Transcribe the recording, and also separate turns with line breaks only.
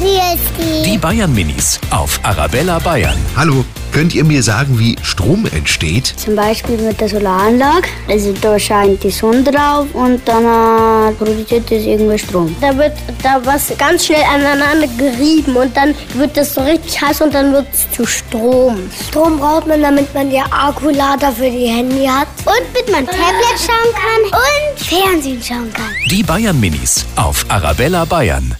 Hier ist
Die Bayern Minis auf Arabella Bayern.
Hallo, könnt ihr mir sagen, wie Strom entsteht?
Zum Beispiel mit der Solaranlage. Also da scheint die Sonne drauf und dann äh, produziert das irgendwie Strom. Da wird da was ganz schnell aneinander gerieben und dann wird das so richtig heiß und dann wird es zu Strom. Strom braucht man, damit man die Akkulader für die Handy hat. Und damit man Tablet schauen kann und Fernsehen schauen kann.
Die Bayern Minis auf Arabella Bayern.